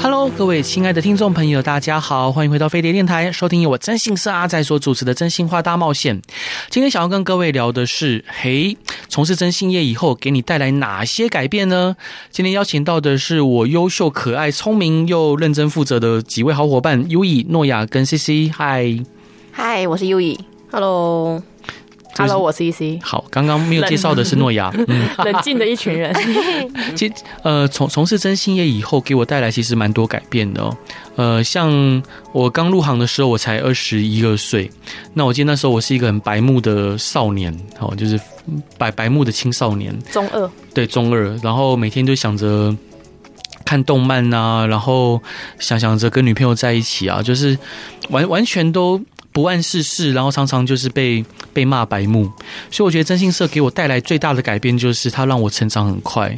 Hello，各位亲爱的听众朋友，大家好，欢迎回到飞碟电台，收听由我真心社阿仔所主持的《真心话大冒险》。今天想要跟各位聊的是，嘿，从事真心业以后，给你带来哪些改变呢？今天邀请到的是我优秀、可爱、聪明又认真负责的几位好伙伴，优以、诺亚跟 C C。嗨，嗨，我是 U E。Hello，Hello，这是我是 E C。 好，刚刚没有介绍的是诺亚，嗯，冷静的一群 人，其实呃，从从事真心业以后，给我带来其实蛮多改变的哦。呃，像我刚入行的时候，我才二十一二岁，那我记得那时候我是一个很白目的少年，哦，就是白白目的青少年，中二，对中二，然后每天就想着看动漫啊，然后想想着跟女朋友在一起啊，就是完完全都不谙世事，然后常常就是被被骂白目。所以我觉得征信社给我带来最大的改变，就是它让我成长很快。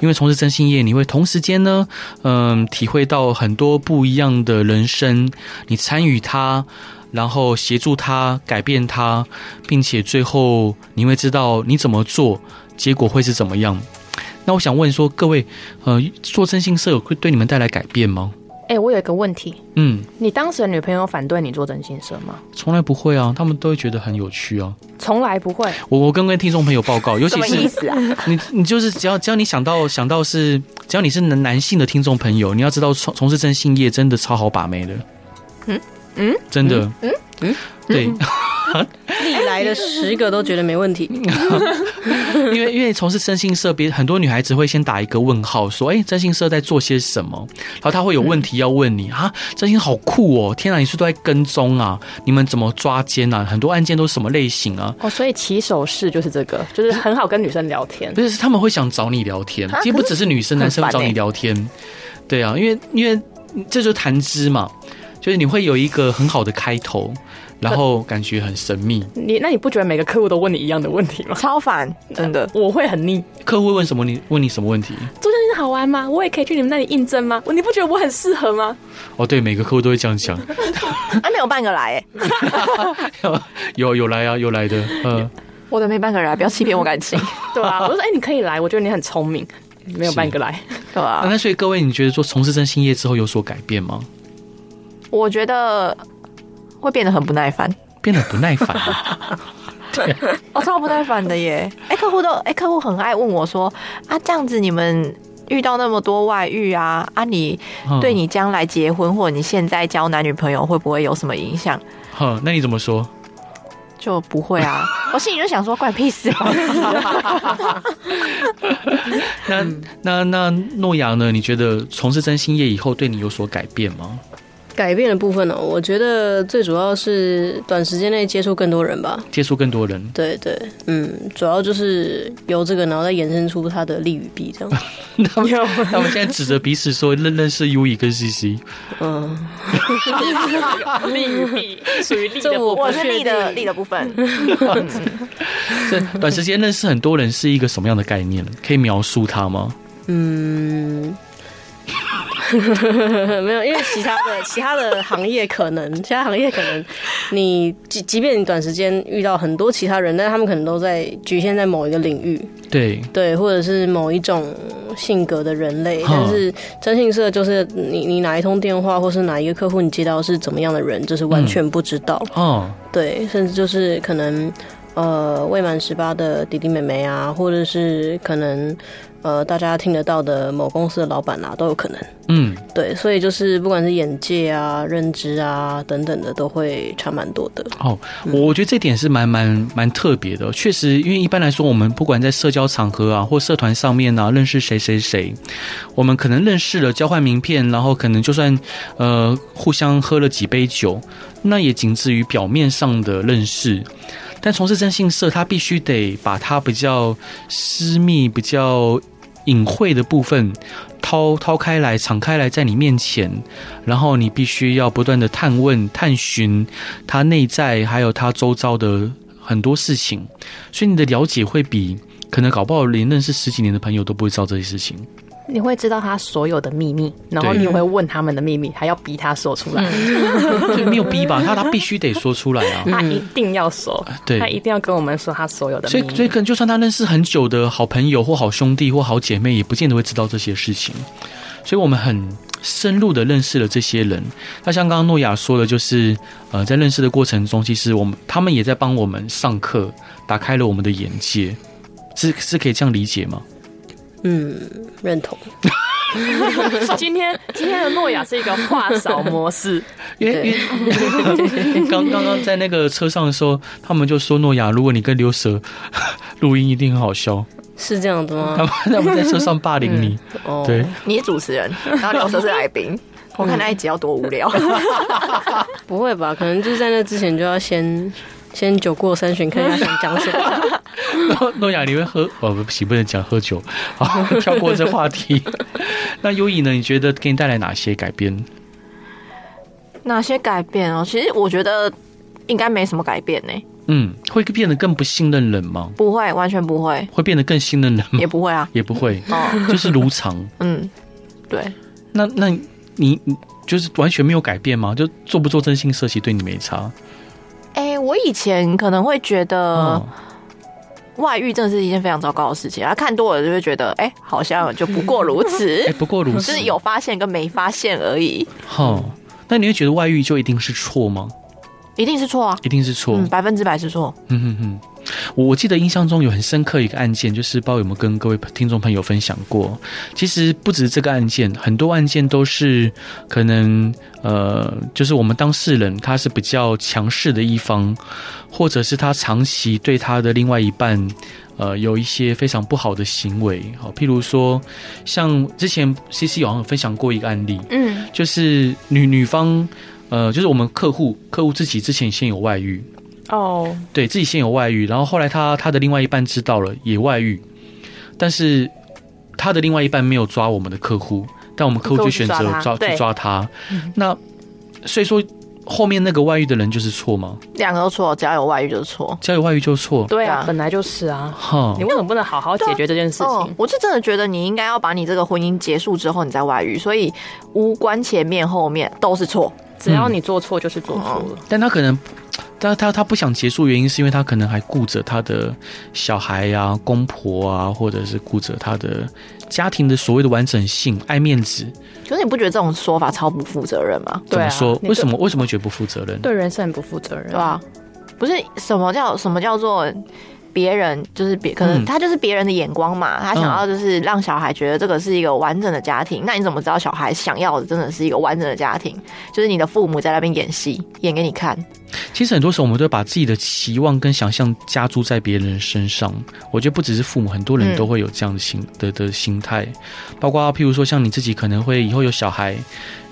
因为从事征信业，你会同时间呢，嗯，体会到很多不一样的人生，你参与它。然后协助他改变他，并且最后你会知道你怎么做，结果会是怎么样。那我想问说，各位，呃，做征信社有会对你们带来改变吗？哎、我有一个问题，嗯，你当时的女朋友反对你做真心社吗？从来不会啊，他们都会觉得很有趣啊。从来不会，我我跟跟听众朋友报告，尤其是思 啊？你你就是只要只要你想到想到是只要你是男男性的听众朋友，你要知道从从事征信业真的超好把妹的。嗯嗯，真的，嗯嗯，对，历来的十个都觉得没问题，因为因为从事征信社，别很多女孩子会先打一个问号，说：“哎、征信社在做些什么？”然后她会有问题要问你、啊，征信好酷哦！天哪，你是不是都在跟踪啊？你们怎么抓奸啊？很多案件都是什么类型啊？哦，所以起手式就是这个，就是很好跟女生聊天不。是，是他们会想找你聊天，其实不只是女生，很男生会烦找你欸聊天。对啊，因为因为这就是谈资嘛，就是你会有一个很好的开头，然后感觉很神秘。你那你不觉得每个客户都问你一样的问题吗？呃超烦，真的。我会很腻。客户会问什么你问你什么问题？做真心社好玩吗？我也可以去你们那里应征吗？你不觉得我很适合吗？哦，对，每个客户都会这样讲。 啊，没有半个来、欸，有有来啊，有来的，嗯、我的没半个来，不要欺骗我 感情，对啊，我就说哎、你可以来，我觉得你很聪明，没有是半个来。对吧、啊，那所以各位，你觉得说从事真心业之后有所改变吗？我觉得会变得很不耐烦，变得不耐烦 了？我、超不耐烦的耶。哎、客户都哎、客户很爱问我说啊，这样子你们遇到那么多外遇啊，啊你嗯对，你将来结婚或者你现在交男女朋友会不会有什么影响？哼，那你怎么说？就不会啊，我心里就想说，关你屁事啊！那嗯那那诺亚呢？你觉得从事真心业以后对你有所改变吗？改变的部分呢、我觉得最主要是短时间内接触更多人吧。接触更 多人，对对，嗯，主要就是由这个，然后再延伸出它的利与弊，这样。他们他们现在指着彼此说认认识 U 以跟 C C，嗯， 利弊属于利这我不我是确利的定利的部分，这短时间认识很多人是一个什么样的概念？可以描述它吗？嗯，没有，因为其他的其他的行业可能，其他行业可能你即即便你短时间遇到很多其他人，但他们可能都在局限在某一个领域，对，对，或者是某一种性格的人类，哈但是征信社就是你你哪一通电话，或是哪一个客户你接到是怎么样的人，这是完全不知道。哦，对，甚至就是可能呃未满十八的弟弟妹妹啊，或者是可能呃大家听得到的某公司的老板啊，都有可能。嗯，对，所以就是不管是眼界啊、认知啊等等的，都会差蛮多的。哦，我我觉得这点是蛮蛮蛮特别的，确实，因为一般来说，我们不管在社交场合啊，或社团上面啊，认识谁谁谁，我们可能认识了，交换名片，然后可能就算呃互相喝了几杯酒，那也仅至于表面上的认识。但从事征信社，他必须得把他比较私密、比较隐晦的部分掏掏开来、敞开来在你面前，然后你必须要不断的探问、探寻他内在，还有他周遭的很多事情，所以你的了解会比可能搞不好连认识十几年的朋友都不会知道这些事情。你会知道他所有的秘密，然后对你会问他们的秘密，还要逼他说出来，对，没有逼吧，他他必须得说出来啊。他一定要说，对他一定要跟我们说他所有的所秘以，所以密。可能就算他认识很久的好朋友或好兄弟或好姐妹，也不见得会知道这些事情。所以我们很深入的认识了这些人。那像刚刚诺亚说的，就是呃，在认识的过程中，其实我们他们也在帮我们上课，打开了我们的眼界，是是可以这样理解吗？嗯，认同。今天今天的诺亚是一个话少模式，因为因为刚 刚刚在那个车上的时候，他们就说诺亚，如果你跟刘蛇录音，一定很好笑。 是这样子他吗？们他们在车上霸凌你，哦，嗯对。你是主持人，然后刘叔是来 宾，我看那一集要多无聊。 不会吧？可能就是在那之前就要先 先酒过三巡，看一下想讲什么。诺 诺亚，你会喝？哦，不行，不能讲喝酒。 好，跳过这话题。 那优以呢？你觉得给你带来哪些改变？哪些改变哦？其实我觉得应该没什么改变呢、嗯，会变得更不信任人吗？不会，完全不会，会变得更信任人吗也？不会啊。也不会，哦，就是如常。嗯，对，那那你你就是完全没有改变吗？就做不做真心社其实对你没差。哎、我以前可能会觉得哦，外遇真的是一件非常糟糕的事情，啊，看多了就会觉得，哎、好像就不过如此 哎、，不过如只此。是有发现跟没发现而已，哦，那你会觉得外遇就一定是错吗？一定是错啊，一定是错。嗯，百分之百是错。嗯哼哼，我我记得印象中有很深刻一个案件，就是不知道有没有跟各位听众朋友分享过。其实不止这个案件，很多案件都是可能呃，就是我们当事人他是比较强势的一方，或者是他长期对他的另外一半。呃，有一些非常不好的行为，好，譬如说，像之前 C C 好像有分享过一个案例，嗯，就是女女方，呃，就是我们客户客户自己之前先有外遇，哦，对自己先有外遇，然后后来他他的另外一半知道了也外遇，但是他的另外一半没有抓我们的客户，但我们客户就选择客户去抓他抓对去抓他。那所以说后面那个外遇的人就是错吗？两个都错，只要有外遇就是错。只要有外遇就错，对对啊啊，本来就是啊，哈你。为什么不能好好解决这件事哦情？，我是真的觉得你应该要把你这个婚姻结束之后，你再外遇，所以无关前面后面都是错。只要你做错就是做错哦了，但他可能，但他他不想结束，原因是因为他可能还顾着他的小孩呀、公婆啊，或者是顾着他的家庭的所谓的完整性，爱面子。可是你不觉得这种说法超不负责任吗？怎对么啊说？你为对什么为什么觉得不负责任？对人生很不负责任对。啊吧、不是什么叫什么叫做别人，就是别可能嗯他就是别人的眼光嘛，他想要就是让小孩觉得这个是一个完整的家庭。那你怎么知道小孩想要的真的是一个完整的家庭？就是你的父母在那边演戏，演给你看。其实很多时候，我们都会把自己的期望跟想象加注在别人身上。我觉得不只是父母，很多人嗯都会有这样的心、的的心态，包括譬如说，像你自己可能会以后有小孩，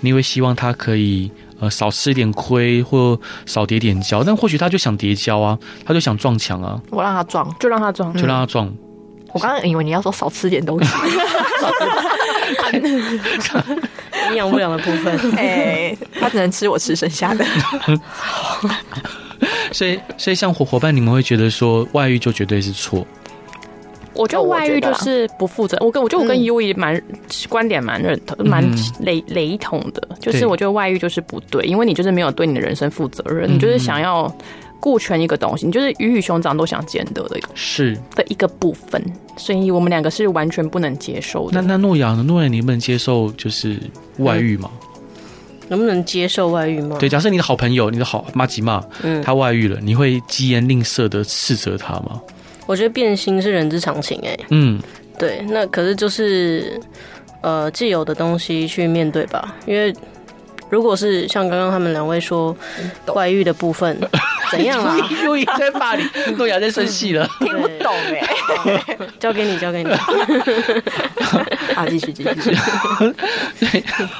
你会希望他可以呃少吃一点亏或少叠点跤，但或许他就想叠跤啊，他就想撞墙啊，我让他撞，就让他装，就让他撞。我刚刚以为你要说少吃点东西，营养不良的部 分，哎，他只能吃我吃剩下的。所以，所以像伙伙伴，你们会觉得说外遇就绝对是错，我觉哦得我外觉遇得就啊啦是不负责，我跟我觉得我跟嗯优怡蛮观点蛮认同，蛮嗯雷雷同的，就对是我觉得外遇就是不对，因为你就是没有对你的人生负责任，嗯你就是想要顾全一个东西，你就是鱼与熊掌都想兼得的一个是。的一个部分，所以我们两个是完全不能接受那的。。那诺亚呢？诺亚，你能不能接受就是外遇嘛？能不能接受外遇吗？对，假设你的好朋友，你的好妈吉妈，嗯他外遇了，你会疾言吝啬的斥责他吗？我觉得变心是人之常情哎、嗯，对，那可是就是呃既有的东西去面对吧，因为如果是像刚刚他们两位说外遇的部分，怎样啦？又一在霸凌， 诺亚在生气了。 听不懂哎、交给你，交给你。好，继续继续。继续啊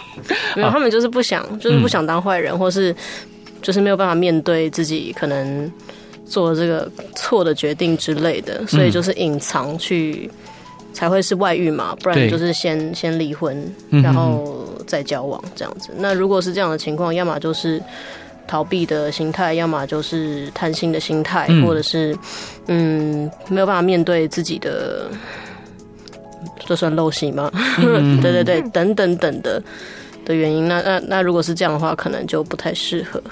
没有，他们就是不想，就是嗯不想当坏人，或是就是没有办法面对自己可能嗯做这个错的决定之类的，所以就是隐藏去才会是外遇嘛，不然对就是先先离婚，嗯然后再交往这样子。那如果是这样的情况，要么就是逃避的心态，要么就是贪心的心态，嗯或者是嗯没有办法面对自己的，这算陋习吗？ 对对对，等等等的。的原因，那那那如果是这样的话，可能就不太适合。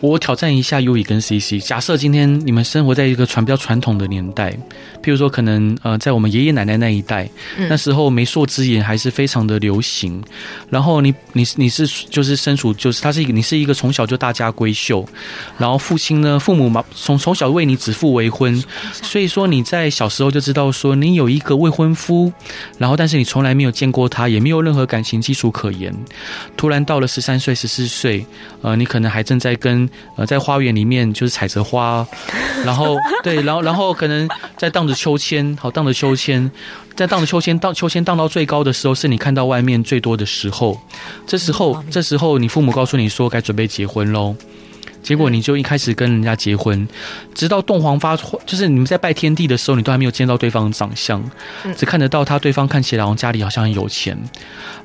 我挑战一下 U 以跟 CC。假设今天你们生活在一个传比较传统的年代，譬如说可能呃，在我们爷爷奶奶那一代，嗯那时候媒妁之言还是非常的流行。然后你你你是就是身处就是他是一个你是一个从小就大家闺秀，然后父亲呢父母嘛从从小为你指腹为婚，所以说你在小时候就知道说你有一个未婚夫，然后但是你从来没有见过他，也没有任何感情基础可言。突然到了十三岁十四岁，呃，你可能还正在跟呃在花园里面就是踩着花， 然后对，然后然后可能在荡着秋千，好荡着秋千，在荡着秋千荡秋千荡到最高的时候，是你看到外面最多的时候。这时候这时候你父母告诉你说该准备结婚喽。结果你就一开始跟人家结婚，直到洞房发，就是你们在拜天地的时候，你都还没有见到对方的长相，只看得到他对方看起来好像家里好像很有钱，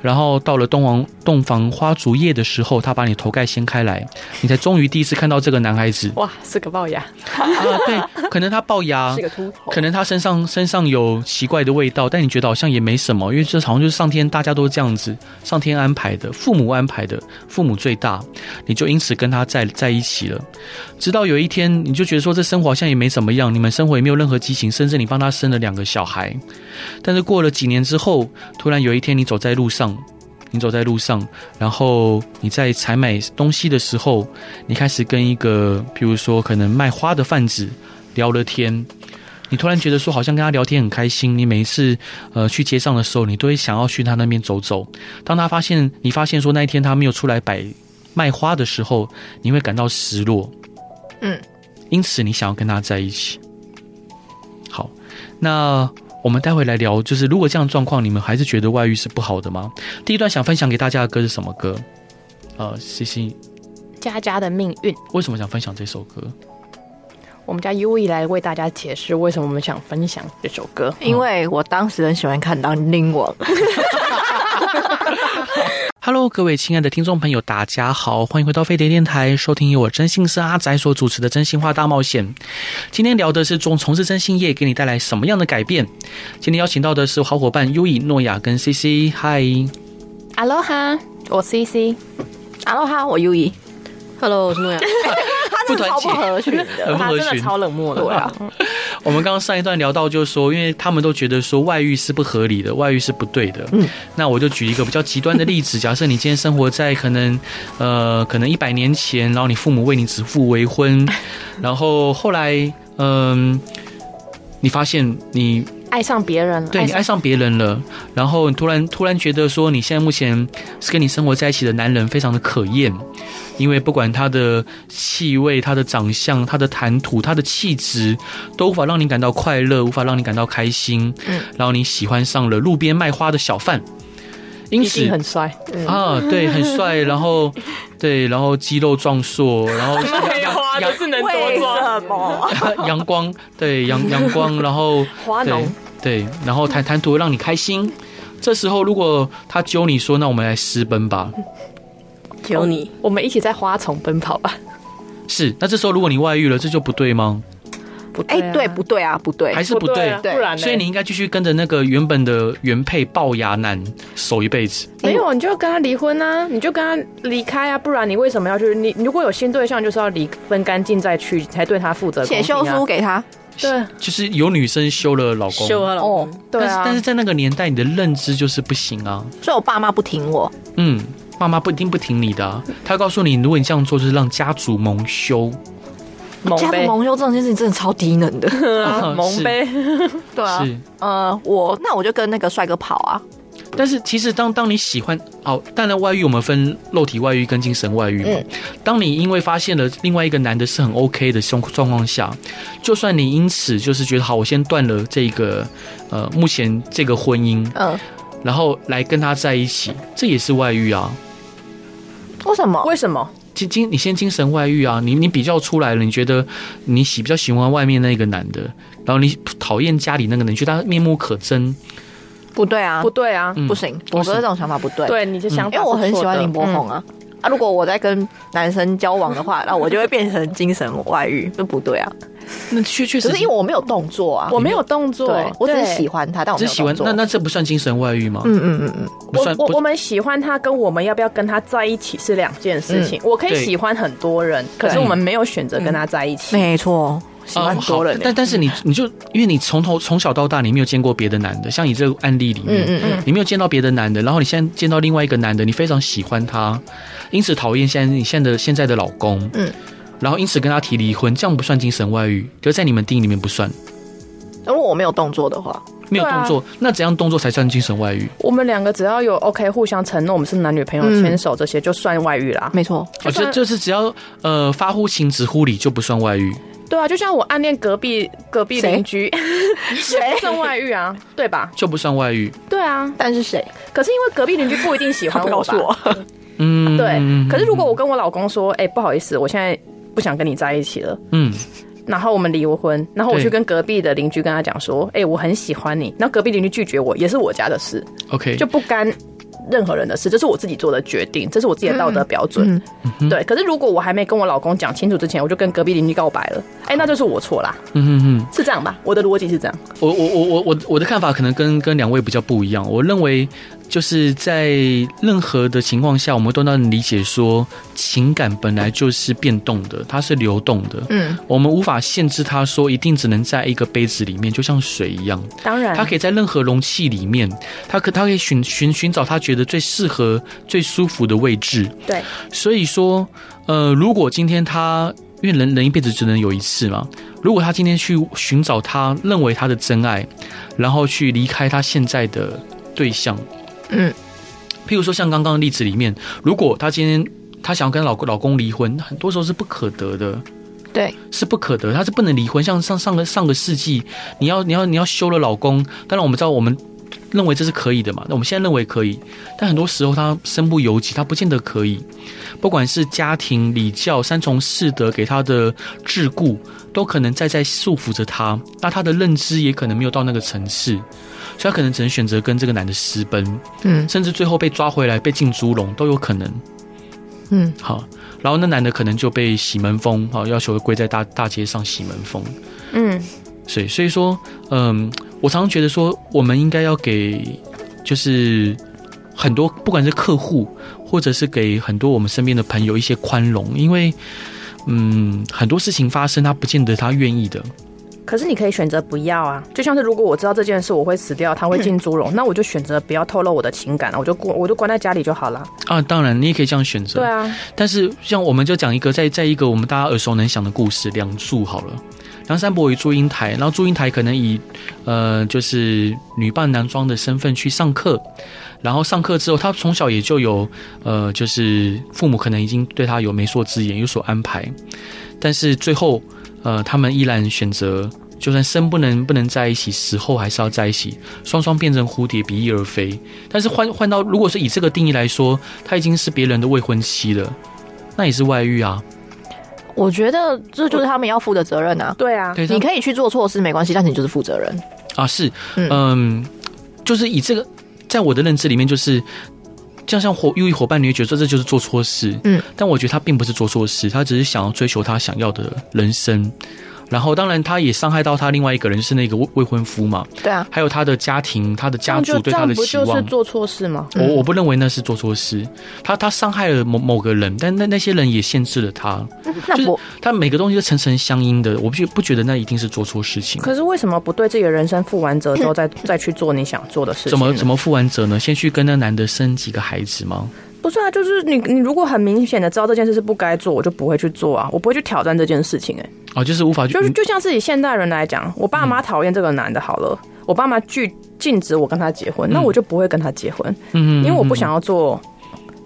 然后到了洞房洞房花烛夜的时候，他把你头盖掀开来，你才终于第一次看到这个男孩子 哇，是个龅牙，啊，对，可能他龅牙是，个秃头，可能他身上身上有奇怪的味道，但你觉得好像也没什么，因为这好像就是上天大家都这样子，上天安排的，父母安排的，父母最大，你就因此跟他在在一起了。直到有一天，你就觉得说这生活好像也没怎么样，你们生活也没有任何激情，甚至你帮他生了两个小孩。但是过了几年之后，突然有一天你走在路上。你走在路上，然后你在采买东西的时候，你开始跟一个，比如说可能卖花的贩子聊了天，你突然觉得说，好像跟他聊天很开心。你每一次呃去街上的时候，你都会想要去他那边走走。当他发现你发现说那一天他没有出来摆卖花的时候，你会感到失落。嗯，因此你想要跟他在一起。好，那我们待会来聊，就是如果这样的状况，你们还是觉得外遇是不好的吗？第一段想分享给大家的歌是什么歌？呃，西西，佳佳的命运。为什么想分享这首歌？我们家 U 以来为大家解释为什么我们想分享这首歌。因为我当时很喜欢看《当兵王》， Hello，各位亲爱的听众朋友，大家好，欢迎回到飞碟电台，收听由我真心是阿仔所主持的《真心话大冒险》。今天聊的是从从事真心业给你带来什么样的改变。今天邀请到的是好伙伴优以、诺亚跟 CC。嗨， Aloha，我 CC，阿罗哈，我 U 一， Hello，我是诺 亚。他真的超不合群的。很不他合真的群。超冷漠的，对啊，我们刚刚上一段聊到，就是说，因为他们都觉得说外遇是不合理的，外遇是不对的。嗯，那我就举一个比较极端的例子，假设你今天生活在可能，呃，可能一百年前，然后你父母为你指腹为婚，然后后来，嗯、你发现你爱上别人了，对你爱上别人了，然后你突然突然觉得说，你现在目前是跟你生活在一起的男人非常的可厌，因为不管他的气味、他的长相、他的谈吐、他的气质，都无法让你感到快乐，无法让你感到开心。嗯，然后你喜欢上了路边卖花的小贩，因一此定很帅，嗯啊，对，很帅，然后对，然后肌肉壮硕，然后没有啊，阳能 为什 么？阳光，对阳阳光，然后花对农，对，然后谈谈吐会让你开心。这时候如果他揪你说，那我们来私奔吧，求你，我们一起在花丛奔跑吧，是。那这时候如果你外遇了，这就不对吗？不对哎、啊对不对啊？不对，还 是不哦对？啊对不然呢所以你应该继续跟着那个原本的原配龅牙男守一辈子。没有，你就跟他离婚啊，你就跟他离开啊，不然你为什么要去？你你如果有新对象，就是要离分干净再去，才对他负责、啊写秀书，给他，对，就是有女生休了老公，秀啊老哦公，，对但是啊，但是在那个年代，你的认知就是不行啊。所以我爸妈不听我。嗯，妈妈不一定不听你的、啊，她告诉你，如果你这样做，就是让家族蒙羞。猛家族呗，蒙羞这种件事情真的超低能的。 啊萌呗，对啊是，呃，我那我就跟那个帅哥跑啊。但是其实当当你喜欢哦，当然外遇我们分肉体外遇跟精神外遇嘛。嗯当你因为发现了另外一个男的是很 OK 的状状况下，就算你因此就是觉得好，我先断了这个呃目前这个婚姻，嗯，然后来跟他在一起，这也是外遇啊。为什么？ 为什么？精精，你先精神外遇啊！你你比较出来了，你觉得你喜比较喜欢外面那个男的，然后你讨厌家里那个人，你觉得他面目可憎，不对啊，不对啊，嗯不行，我觉得这种想法不对。对你的想法嗯是错因为我的，嗯很喜欢林柏宏啊。啊，如果我在跟男生交往的话，那我就会变成精神外遇，这不对啊。那确确实只是因为我没有动作啊嗯，我没有动作对，，我只是对喜欢他，但我只没有是喜欢动，作那那这不算精神外遇吗？嗯嗯嗯嗯，不算我不我我们喜欢他跟我们要不要跟他在一起是两件事情。我可以对喜欢很多人，可是嗯我们没有选择跟他在一起。没错，喜啊欢好多人欸。但但是嗯你你就因为你从头从小到大你没有见过别的男的，像你这个案例里面，嗯嗯嗯你没有见到别的男的，然后你现在见到另外一个男的，你非常喜欢他，因此讨厌现在你现在的现在的老公，嗯，然后因此跟他提离婚，这样不算精神外遇，可是在你们定义里面不算，如果我没有动作的话，没有对啊动作，那怎样动作才算精神外遇？我们两个只要有 OK 互相承诺我们是男女朋友嗯牵手这些就算外遇啦。没错，哦，算这就是只要呃发乎情止乎礼就不算外遇，对啊，就像我暗恋隔壁隔壁谁邻居，谁 算外遇啊？对吧？就不算外遇。对啊，但是谁？可是因为隔壁邻居不一定喜他欢不我吧？告诉我，嗯，对，可是如果我跟我老公说，哎、不好意思，我现在不想跟你在一起了，嗯，然后我们离过婚，然后我对去跟隔壁的邻居跟他讲说，哎、我很喜欢你，然后隔壁邻居拒绝我，也是我家的事， OK，就不干任何人的事，这是我自己做的决定，这是我自己的道德标准。嗯对，可是如果我还没跟我老公讲清楚之前，我就跟隔壁邻居告白了，哎、那就是我错啦，嗯哼哼。是这样吧？我的逻辑是这样，我我我我我我的看法可能跟跟两位比较不一样。我认为就是在任何的情况下，我们都能理解说，情感本来就是变动的，它是流动的。嗯，我们无法限制它，说一定只能在一个杯子里面，就像水一样，当然它可以在任何容器里面，它可它可以寻寻寻找它觉得最适合、最舒服的位置。对，所以说，呃，如果今天他，因为人人一辈子只能有一次嘛，如果他今天去寻找他认为他的真爱，然后去离开他现在的对象，嗯，譬如说像刚刚的例子里面，如果他今天他想要跟老公老公离婚，很多时候是不可得的。对，是不可得，他是不能离婚。像上上个上个世纪，你要你要你要休了老公，当然我们知道我们认为这是可以的嘛，那我们现在认为可以，但很多时候他身不由己，他不见得可以。不管是家庭、礼教、三从四德给他的桎梏，都可能在在束缚着他。那他的认知也可能没有到那个层次，所以他可能只能选择跟这个男的私奔，嗯甚至最后被抓回来被进猪笼都有可能。嗯，好，然后那男的可能就被洗门风，好要求跪在大大街上洗门风。嗯，所以所以说，嗯，我常常觉得说，我们应该要给就是很多，不管是客户，或者是给很多我们身边的朋友一些宽容，因为嗯，很多事情发生，他不见得他愿意的。可是你可以选择不要啊，就像是如果我知道这件事我会死掉，他会进猪笼，那我就选择不要透露我的情感了，我就关我就关在家里就好了。啊，当然，你也可以这样选择。对啊，但是像我们就讲一个在在一个我们大家耳熟能详的故事，梁祝好了。梁山伯与祝英台，然后祝英台可能以呃就是女扮男装的身份去上课，然后上课之后，她从小也就有呃就是父母可能已经对她有媒妁之言，有所安排，但是最后呃他们依然选择。就算生不能不能在一起，死后还是要在一起，双双变成蝴蝶，不翼而飞。但是换换到，如果是以这个定义来说，她已经是别人的未婚妻了，那也是外遇啊。我觉得这就是他们要负的责任啊。对啊，对，你可以去做错事没关系，但是你就是负责任。啊，是，嗯嗯，就是以这个，在我的认知里面，就是就像伙又一伙伴，你会觉得说这就是做错事，嗯，但我觉得他并不是做错事，他只是想要追求他想要的人生。然后，当然，他也伤害到他另外一个人是那个未未婚夫嘛，对啊，还有他的家庭、他的这家样就族这对他样的不期就是望。做嗯错事吗？我我不认为那是做错事，他他伤害了某某个人，但那那些人也限制了他，那就是我他每个东西都层层相因的，我不觉不觉得那一定是做错事情。可是为什么不对自己的人生负完责之后 再再去做你想做的事情？怎么怎？么负完责呢？先去跟那男的生几个孩子吗？不是啊，就是你你如果很明显的知道这件事是不该做，我就不会去做啊，我不会去挑战这件事情、欸。哎，哦，就是无法去，就是就像是以现代人来讲，我爸嗯妈讨厌这个男的，好了，我爸妈拒禁止我跟他结婚，那我就不会跟他结婚，嗯，因为我不想要做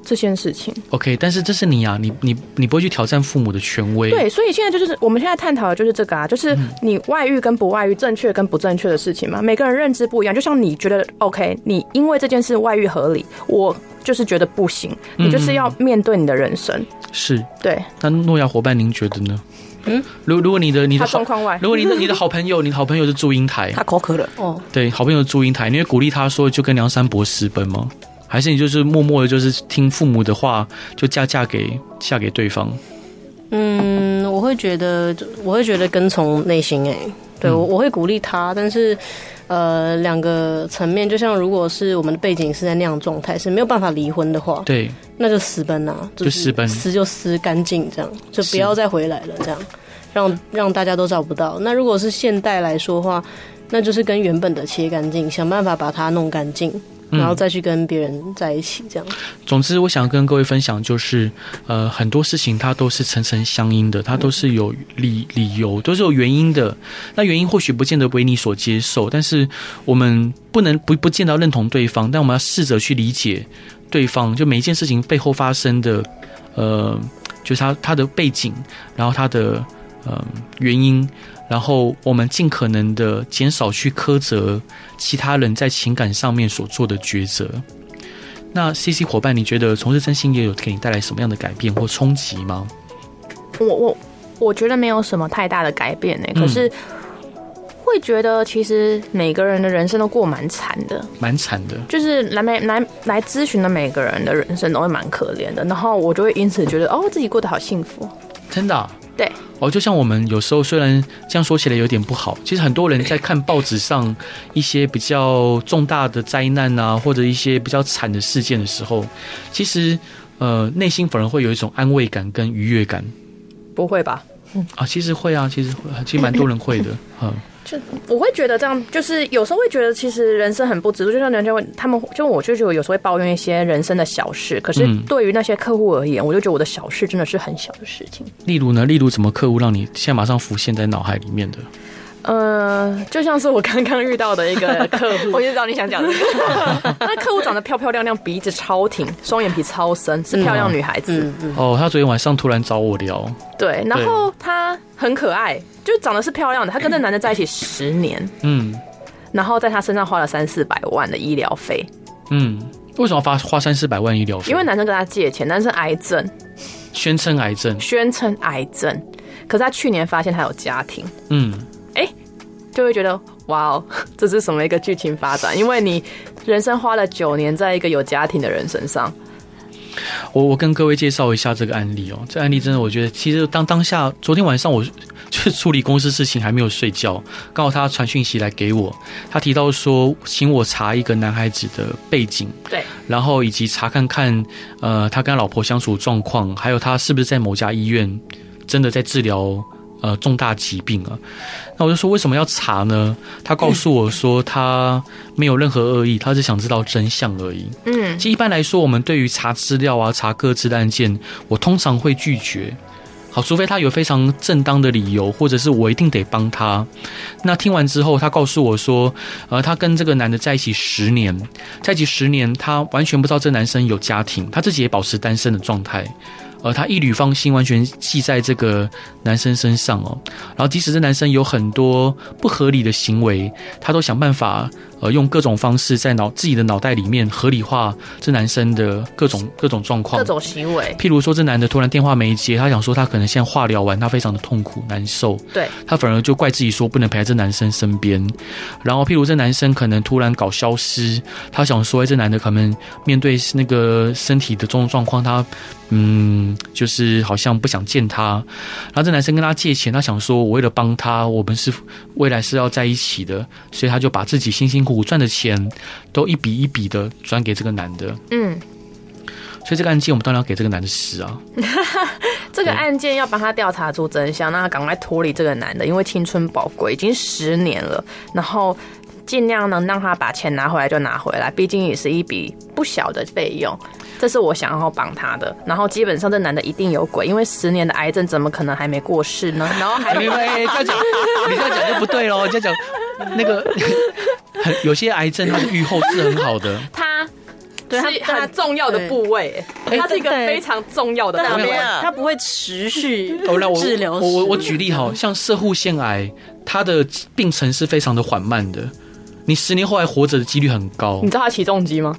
这件事情。 OK，但是这是你啊，你你你不会去挑战父母的权威，对，所以现在就是我们现在探讨的就是这个啊，就是嗯你外遇跟不外遇，正确跟不正确的事情嘛。每个人认知不一样，就像你觉得 OK，你因为这件事外遇合理，我就是觉得不嗯行，你就是要面对你的人生。是。对，那诺亚伙伴，您觉得呢？嗯，如如果你的你的他好状，况外，如果你的你的好朋友，你的好朋友是祝英台，他口渴了，哦，对，好朋友祝英台，你会鼓励他说就跟梁山伯私奔吗？还是你就是默默的，就是听父母的话，就嫁嫁给嫁给对方？嗯，我会觉得，我会觉得跟从内心哎、对嗯我我会鼓励他，但是呃，两个层面，就像如果是我们的背景是在那样的状态，是没有办法离婚的哦话，对，那就私奔啊，就是私奔撕就撕干净，这样就是不要再回来了，这样让让大家都找不到。那如果是现代来说的话，那就是跟原本的切干净，想办法把它弄干净，嗯然后再去跟别人在一起，这样。总之，我想跟各位分享就是，呃，很多事情它都是层层相因的，它都是有理理由，都是有原因的。那原因或许不见得为你所接受，但是我们不能不不见到认同对方，但我们要试着去理解对方，就每一件事情背后发生的，呃，就是它它的背景，然后它的呃原因。然后我们尽可能的减少去苛责其他人在情感上面所做的抉择。那 C C 伙伴，你觉得从事真心也有给你带来什么样的改变或冲击吗？我我嗯我觉得没有什么太大的改变呢、可是会觉得其实每个人的人生都过蛮惨的，蛮惨的，就是来每来来咨询的每个人的人生都会蛮可怜的，然后我就会因此觉得哦自己过得好幸福，真的啊、对哦，就像我们有时候虽然这样说起来有点不好，其实很多人在看报纸上一些比较重大的灾难啊，或者一些比较惨的事件的时候，其实呃内心反而会有一种安慰感跟愉悦感不会吧？啊，其实会啊，其实会，其实蛮多人会的，嗯，就我会觉得这样，就是有时候会觉得其实人生很不值，就像人家会他们就我就觉得有时候会抱怨一些人生的小事，可是嗯对于那些客户而言，我就觉得我的小事真的是很小的事情。例如呢，例如怎么客户让你现在马上浮现在脑海里面的？呃，就像是我刚刚遇到的一 个客户，我就知道你想讲这个。 那客户长得漂漂亮亮，鼻子超挺，双眼皮超嗯深，是漂亮女孩子。嗯嗯，哦，他昨天晚上突然找我聊，对，然后她很可爱，就长得是漂亮的。她跟这男的在一起十年，嗯然后在她身上花了三四百万的医疗费，嗯，为什么要花花三四百万医疗费？因为男生跟她借钱，男生癌症，宣称癌症，宣称癌症，可是她去年发现她有家庭，嗯，就会觉得哇哦， 这是什么一个剧情发展？因为你人生花了九年在一个有家庭的人身上，我我跟各位介绍一下这个案例哦，这案例真的我觉得，其实当当下昨天晚上我 就是处理公司事情还没有睡觉，刚好他传讯息来给我，他提到说请我查一个男孩子的背景，对，然后以及查看看呃他跟他老婆相处状况，还有他是不是在某家医院真的在治疗。呃，重大疾病啊，那我就说为什么要查呢？他告诉我说他没有任何恶意，他只想知道真相而已。嗯，其实一般来说，我们对于查资料啊、查各自的案件，我通常会拒绝。好，除非他有非常正当的理由，或者是我一定得帮他。那听完之后，他告诉我说，呃，他跟这个男的在一起十年，在一起十年，他完全不知道这男生有家庭，他自己也保持单身的状态。呃，他一缕芳心完全系在这个男生身上哦。然后，即使这男生有很多不合理的行为，他都想办法呃用各种方式在脑自己的脑袋里面合理化这男生的各种各种状况各。种行为，譬如说，这男的突然电话没接，他想说他可能现在化疗完，他非常的痛苦难受，对，他反而就怪自己说不能陪在这男生身边。然后，譬如这男生可能突然搞消失，他想说，哎，这男的可能面对那个身体的种种状况，他嗯，就是好像不想见他。然后这男生跟他借钱，他想说，我为了帮他，我们是未来是要在一起的，所以他就把自己辛辛苦苦赚的钱都一笔一笔的转给这个男的。嗯。所以这个案件，我们当然要给这个男的死啊。这个对案件要帮他调查出真相，让他赶快脱离这个男的，因为青春宝贵，已经十年了，然后尽量能让他把钱拿回来就拿回来，毕竟也是一笔不小的费用。这是我想要帮他的，然后基本上这男的一定有鬼，因为十年的癌症怎么可能还没过世 呢？然后还没有，哎、这样讲，你这样讲就不对喽。这样讲，那个 很有些癌症，它的预后是很好的。他对是他很重要的部位，哎他是一个非常重要的哪部位边。啊？他不会持续哦，那我治疗我我我时举例哈，像射护腺癌，它的病程是非常的缓慢的，你十年后还嗯活着的几率很高你。知道他起重机吗？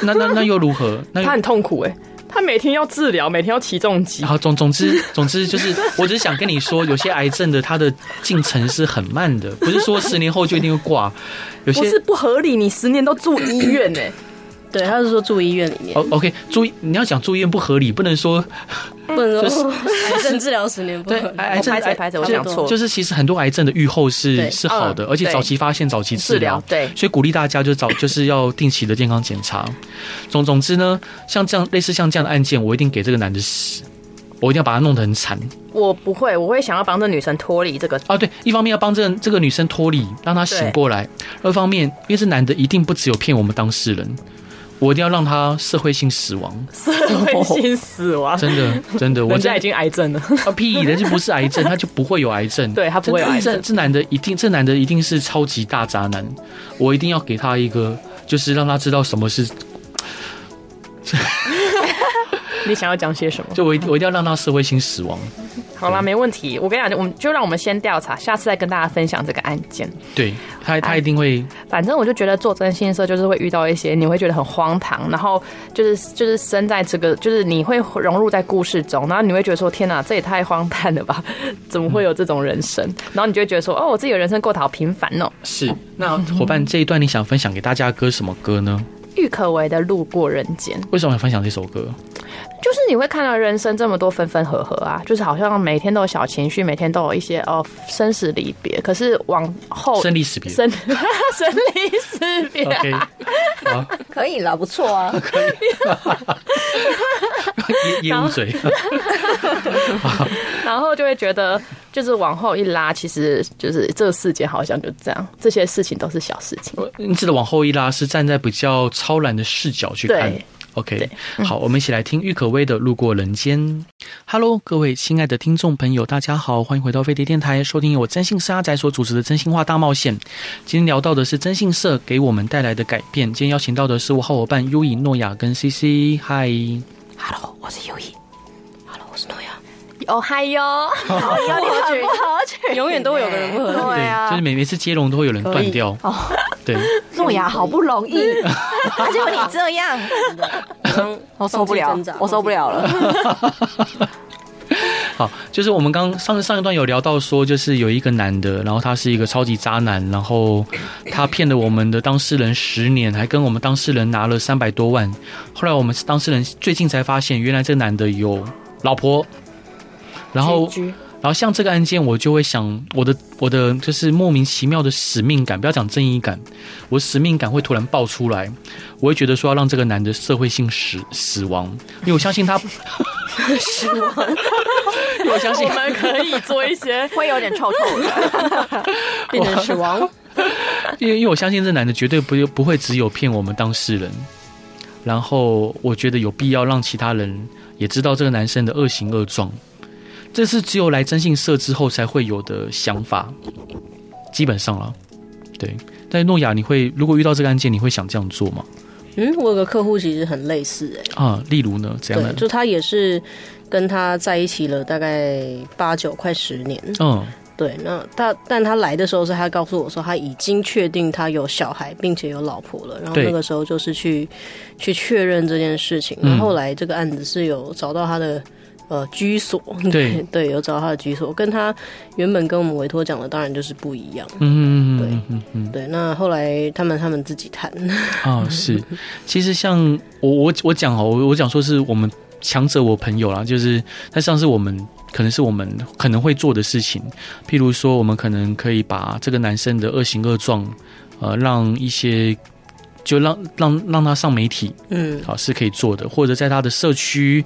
那那那又如何？那他很痛苦哎、他每天要治疗，每天要起重机然，后总总之总之就是，我只是想跟你说，有些癌症的它的进程是很慢的，不是说十年后就一定会挂。有不些是不合理。你十年都住医院呢、欸 对，他是说住医院里面，哦，OK，住你要讲住院不合理，不能说不能说哦癌症治疗十年不对合理。癌癌症哎拍嗯谁拍谁，我讲错，就是其实很多癌症的预后是对是好的，嗯而且对早期发现、早期治疗，治疗对所以鼓励大家就早 就是要定期的健康检查。总总之呢，像这样类似像这样的案件，我一定给这个男的死，我一定要把他弄得很惨我不会，我会想要帮这女生脱离这 个。啊！对，一方面要帮这个这个女生脱离，让她醒过来；二方面，因为这男的一定不只有骗我们当事人，我一定要让他社会性死亡，社会性死亡。真的真的，我人真家已经癌症了，啊屁的，这不是癌症，他就不会有癌症。对他不会有癌症这这男的一定，这男的一定是超级大渣男，我一定要给他一个，就是让他知道什么是， 你想要讲些什么？就我一我一定要让他社会性死亡。 好啦，没问题。我跟你讲，我们就让我们先调查，下次再跟大家分享这个案件。对他，他一定会反正我就觉得做真心社就是会遇到一些你会觉得很荒唐，然后就是就是身在这个，就是你会融入在故事中，然后你会觉得说天哪，这也太荒诞了吧？ 怎么会有这种人生？然后你就会觉得说哦，我自己的人生过得好平凡哦。是。那伙伴这一段你想分享给大家的歌什么歌呢？郁可唯的《路过人间》，为什么想分享这首歌？就是你会看到人生这么多分分合合啊，就是好像每天都有小情绪，每天都有一些哦生死离别，可是往后生离死别。生 生离死 别。OK，好，可以啦，不错啊。业业务嘴。然后就会觉得，就是往后一拉，其实就是这个世界好像就这样，这些事情都是小事情。你指的往后一拉是站在比较超然的视角去看对。 OK，好，我们一起来听郁可唯的《路过人间》。Hello，各位亲爱的听众朋友，大家好，欢迎回到飞碟电台，收听由我真性沙仔所主持的《真心话大冒险》。今天聊到的是真性社给我们带来的改变。今天邀请到的是我好伙伴优以诺亚跟 CC。嗨， Hello，我是优怡。 Hello，我是诺亚，哦嗨哟，不好取，永远都会有个人不对合对，就是啊，每每次接龙都会有人断掉。对，诺亚好不容易， 而且你这样，理。我受不了放弃挣扎，我受不 了了。好，就是我们刚上上一段有聊到说，就是有一个男的，然后他是一个超级渣男，然后他骗了我们的当事人十年，还跟我们当事人拿了三百多万。后来我们当事人最近才发现，原来这男的有老婆，然后然后像这个案件，我就会想我的我的就是莫名其妙的使命感，不要讲正义感，我使命感会突然爆出来，我会觉得说要让这个男的社会性死死亡，因为我相信他死亡，因为我相信我们可以做一些会有点臭臭的，变成死亡，因为因为我相信这男的绝对不不会只有骗我们当事人，然后我觉得有必要让其他人也知道这个男生的恶行恶状，这是只有来征信社之后才会有的想法，基本上了，对。但是诺亚，你会如果遇到这个案件，你会想这样做吗？嗯，我有个客户其实很类似哎、啊，例如呢，怎样对，呢？就他也是跟他在一起了大概八九快十年，嗯，对，那他但他来的时候是他告诉我说他已经确定他有小孩，并且有老婆了，然后对那个时候就是去去确认这件事情，嗯然后后来这个案子是有找到他的。呃，居所 对嗯对，有找到他的居所，跟他原本跟我们委托讲的当然就是不一样。嗯嗯嗯嗯对，那后来他们他们自己谈， 啊，是。其实像我我我讲哦，我我讲说是我们强者我朋友啦，就是但上是我们可能是我们可能会做的事情，譬如说我们可能可以把这个男生的恶行恶状，呃，让一些。就让让让他上媒体，嗯， 好是可以做的，或者在他的社区，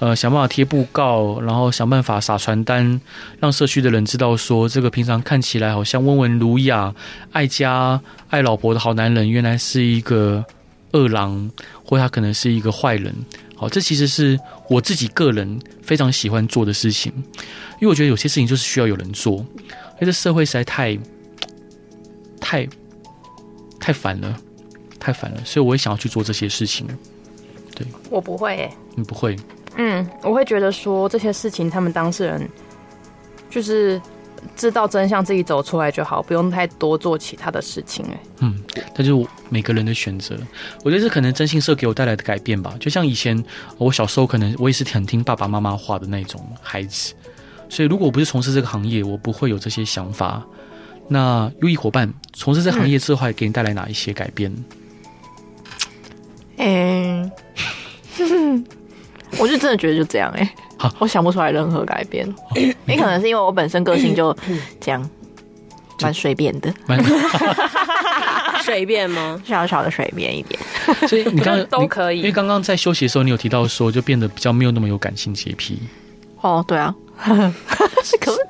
呃，想办法贴布告，然后想办法撒传单，让社区的人知道说，这个平常看起来好像温文儒雅、爱家、爱老婆的好男人，原来是一个恶狼，或他可能是一个坏人。好，这其实是我自己个人非常喜欢做的事情，因为我觉得有些事情就是需要有人做，而这社会实在太、太、太烦了，太烦了，所以我也想要去做这些事情。我不会、欸，你嗯不会，嗯，我会觉得说这些事情他们当事人就是知道真相，自己走出来就好，不用太多做其他的事情、哎，嗯，但就是我每个人的选择，我觉得这可能征信社给我带来的改变吧。就像以前我小时候，可能我也是很听爸爸妈妈话的那种孩子，所以如果我不是从事这个行业，我不会有这些想法。那优异伙伴从事这行业之后，还给你带来哪一些改变？欸嗯，我就真的觉得就这样哎、好哦我想不出来任何改变。也可能是因为我本身个性就嗯这样，蛮随便的， 蛮随便吗？小小的随便一点。所以你刚刚都可以因为刚刚在休息的时候，你有提到说，就变得比较没有那么有感性洁癖。哦，对啊，可是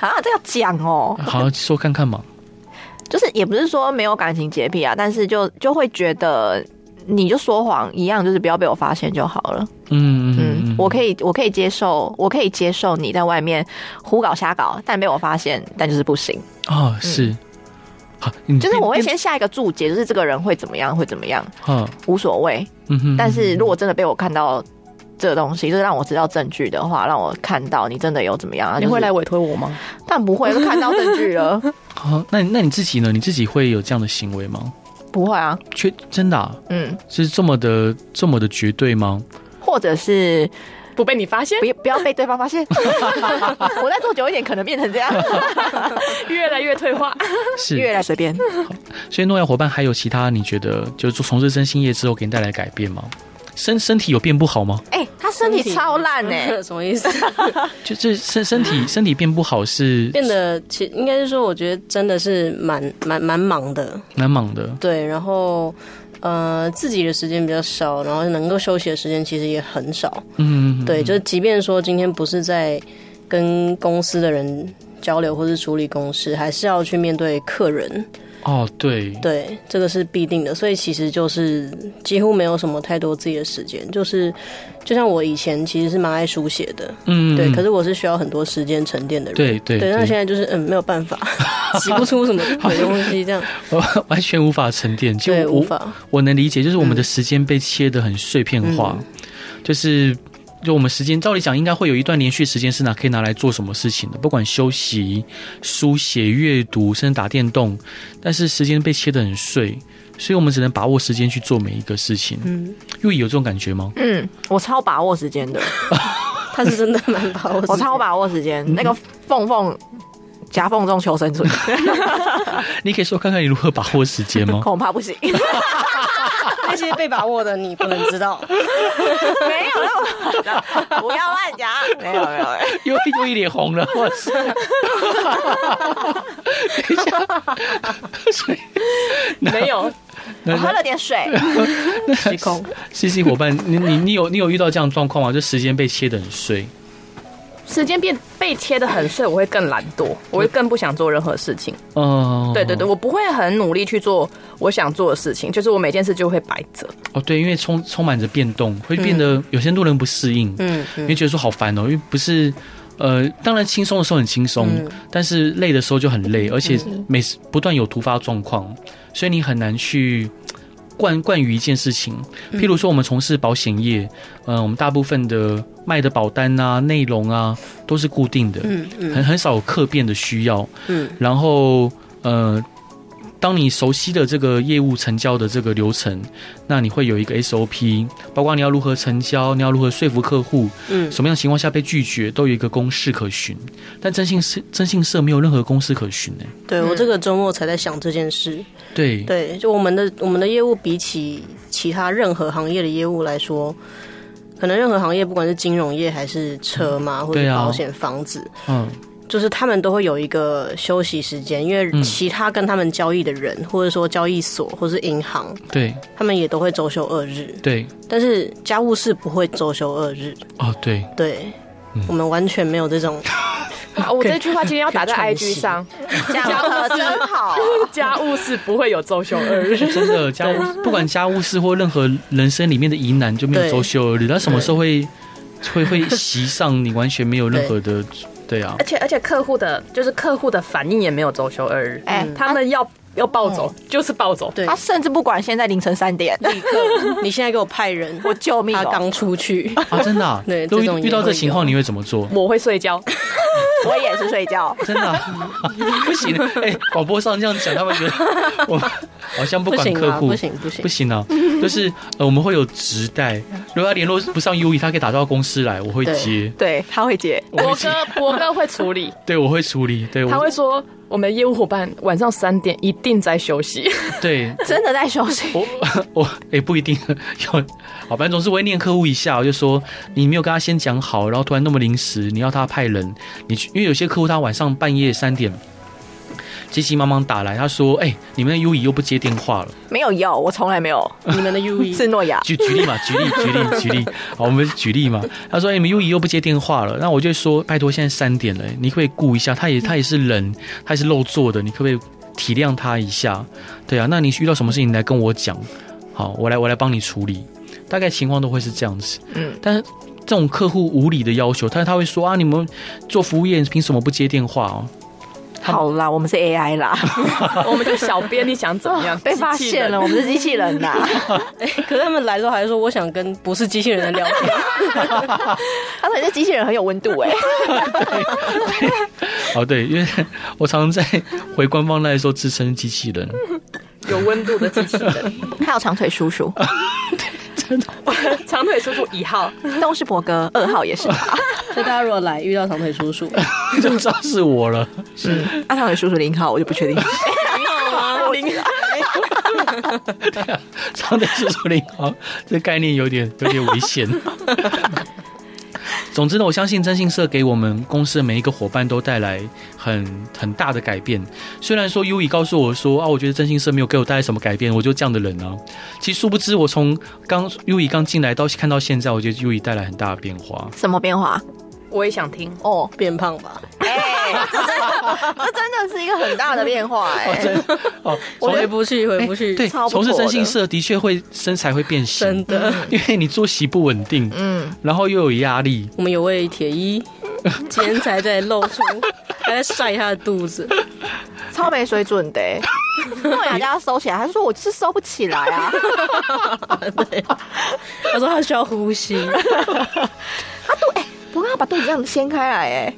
啊，这要讲哦，好，说看看嘛。就是也不是说没有感情洁癖啊，但是就就会觉得。你就说谎一样，就是不要被我发现就好了。嗯嗯嗯，我可以，我可以接受，我可以接受你在外面胡搞瞎搞，但被我发现，但就是不行。哦，是。好，你嗯就是变我会先下一个注解，就是这个人会怎么样，会怎么样，哦，无所谓。嗯哼。但是如果真的被我看到这个东西，就是让我知道证据的话，让我看到你真的有怎么样，那你就是会来？委托我吗？但不会，都看到证据了，好，那你那你自己呢？你自己会有这样的行为吗？不会啊。确真的、啊、嗯，是这么的这么的绝对吗？或者是不被你发现不，要不要被对方发现。 我再做久一点，可能变成这样，越来越退化。是。越来随便。所以诺亚伙伴还有其他你觉得就是从事真心业之后给你带来改变吗？身身体有变不好吗？哎、他身体超烂哎、 什么意思？就是身身体身体变不好是变得其应该是说，我觉得真的是蛮蛮蛮忙的，蛮忙的。对，然后。呃，自己的时间比较少，然后能够休息的时间其实也很少。嗯，对，就是即便说今天不是在跟公司的人交流或是处理公事，还是要去面对客人。哦，对，对，这个是必定的，所以其实就是几乎没有什么太多自己的时间，就是就像我以前其实是蛮爱书写的，嗯，对，可是我是需要很多时间沉淀的人，对对对，那现在就是嗯没有办法，挤不出什么鬼东西这样，我 完全无法沉淀，就对，我无法，我能理解，就是我们的时间被切得很碎片化，就是就我们时间，照理讲应该会有一段连续时间是拿可以拿来做什么事情的，不管休息、书写、阅读，甚至打电动，但是时间被切得很碎，所以我们只能把握时间去做每一个事情。嗯，因为有这种感觉吗？嗯，我超把握时间的，他是真的蛮把握 时间，我超把握时间。那个缝缝夹缝中求生存， 你可以说看看你如何把握时间 吗？恐怕不行。 那些被把握的你不能知道，没有那我不要乱讲，没有没有。没有又又一脸红了，哇塞！等一下， 所以没有，那我喝了点 水，时空 C C 伙伴，你你你有你有遇到这样的状况吗？就时间被切得很碎。时间变被切得很碎，我会更懒惰，我会更不想做任何事情。哦， 对对对，，我不会很努力去做我想做的事情，就是我每件事就会摆着。哦对，因为充充满着变动，会变得有些路人不适应，嗯因为觉得说好烦哦，因为不是。呃，当然轻松的时候很轻松，嗯但是累的时候就很累，而且每次不断有突发状况，所以你很难去惯惯于一件事情。譬嗯如说，我们从事保险业，嗯、我们大部分的卖的保单啊、内容啊都是固定的，嗯很嗯很少有客变的需要。嗯，然后呃，当你熟悉的这个业务成交的这个流程，那你会有一个 SOP，包括你要如何成交，你要如何说服客户，嗯什么样的情况下被拒绝，都有一个公式可循。但征信社征信社没有任何公式可循呢、对我这个周末才在想这件事，嗯对，对，就我们的我们的业务比起其他任何行业的业务来说，可能任何行业不管是金融业还是车嘛，或对者啊保险、房子，嗯，就是他们都会有一个休息时间，因为其他跟他们交易的人，或者说交易所或是银行，对他们也都会周休二日，对，但是家务事不会周休二日，哦 对，对。嗯我们完全没有这种， 啊我这 句话今天要打在可以 IG 上， 讲的真好。家务事不会有周休二日。真的家务不管家务事或任何人生里面的疑难，就没有对周休二日，那什么时候会会会袭上你，完全没有任对何的。对啊 而，且而且客户的，就是客户的反应也没有周休二日，嗯啊哎他们要要暴走，就是暴走。对他甚至不管现在凌晨三点，你现在 给我派人，我救命他哦！ 刚出去，啊，真的、啊，对都这种遇也遇到这会情 有况你会怎么做？我会睡觉，我也是睡觉。真的 啊、不行！哎、广播上这样讲，他们觉得我们好像不不管行客啊，户，不行不行不，行啊，就是呃，我们会有直代，如果他联络不上 U 以，他可以打到公司来，我会对接，对，他会接。我博会接，哥，博哥会处理，对我会处理，对他我会说我们的业务伙伴晚上三点一定在休息。对真的在休息，我 我也、不一定 有，好，反正总是我会念客户一下，我就说你没有跟他先讲好，然后突然那么临时，你要他派人，你去，因为有些客户他晚上半夜三点。急急忙忙打来，他说：“哎、你们的 U 以又不接电话了。没有药，我从来没有，你们的 U E 是诺亚。举举例嘛，举例举例举例，好，我们举例嘛。他说：“哎、你们 U 以又不接电话了。”那我就说：“拜托，现在三点了，你可不可以顾一下？他也他也是人，他也是肉做的，你可不可以体谅他一下？对啊，那你遇到什么事情你来跟我讲，好，我来我来帮你处理。大概情况都会是这样子。嗯，但是这种客户无理的要求，但是他会说啊，你们做服务业凭什么不接电话哦？好啦，我们是 AI 啦， 我们就小编，你想怎么样？被发现了，我们是机器人 啦。哎可是他们来的时候还说我想跟不是机器人的聊 天，他说你这机器人很有温度哎、哦，对，因为我常常在回官方那里说自称机器人， 有温度的机器人，还有长腿叔叔， 长腿叔叔一号，都是博哥，二号也是他，所以大家如果来遇到长腿叔 叔，就知道是我了。是啊，长腿叔叔零号，我就不确定。哦长腿叔叔领航，哦这概念有点有点危险。总之呢，我相信征信社给我们公司的每一个伙伴都带来很很大的改变。虽然说 U 以告诉我说啊，我觉得征信社没有给我带来什么改变，我就这样的人啊。其实殊不知，我从刚 U 以刚进来到看到现在，我觉得 U 以带来很大的变化。什么变化？我也想听。哦， 变胖吧，哎、这真的是一个很大的变化 哎、 哦，从回不去回不去，对超不从事妥征信的社的确会身材会变真形，的，因为你作息不稳定，嗯，然后又有压力，我们有位铁 一，今天才在露出，还在晒他的肚子， 超没水准的、 欸。诺亚家收起来，他说我是收不起来啊， 对，他说他需要呼吸，哎不过他把肚子这样掀开来哎、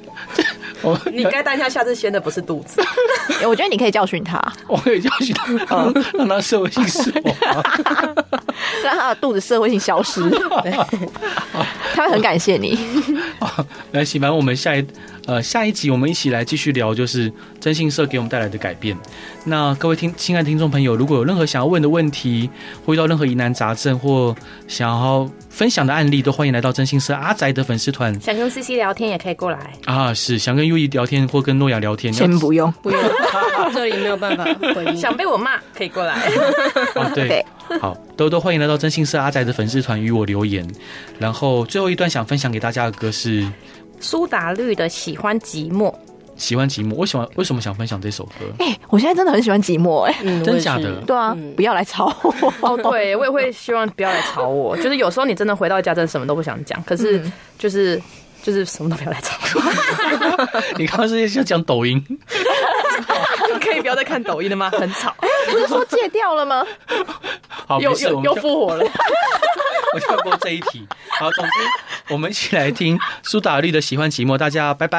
我 你该担下下次掀的不是肚子，欸我觉得你可以教训他， 我也教训他，让让他社会性死亡。让他的肚子社会性消 失，他会很感谢你。 来，喜凡，我们下一呃下一集我们一起来继续聊，就是征信社给我们带来的改变。那各位听亲爱的听众朋友，如果有任何想要问的问题，或遇到任何疑难杂症，或想要分享的案例，都欢迎来到征信社阿宅的粉丝团 想跟 CC 聊天也可以过来。啊。是想跟优怡聊天或跟诺亚聊天，先不用， 不用，这里没有办法回 应。想被我骂可以过来。啊，对对，好，都都欢迎来到征信社阿宅的粉丝团与我留言。然后最后一段想分享给大家的歌是《 苏打绿的《喜欢寂寞》，喜欢寂寞》，我喜欢为什么想分享这首歌？哎、我现在真的很喜欢寂寞哎、嗯真假的？对啊，不要来吵我。哦，对，我也会希望不要来吵 我。就是有时候你真的回到家，真的什么都不想讲，可是就是、就是什么都不要来 吵我。 你刚刚是想讲抖 音？可以不要再看抖音了吗？很吵，不是说戒掉了吗？好，又没事，我又们又跳 复活了。我跳过这一题。好，总之我们一起来听苏打绿的《喜欢寂寞》，大家拜拜。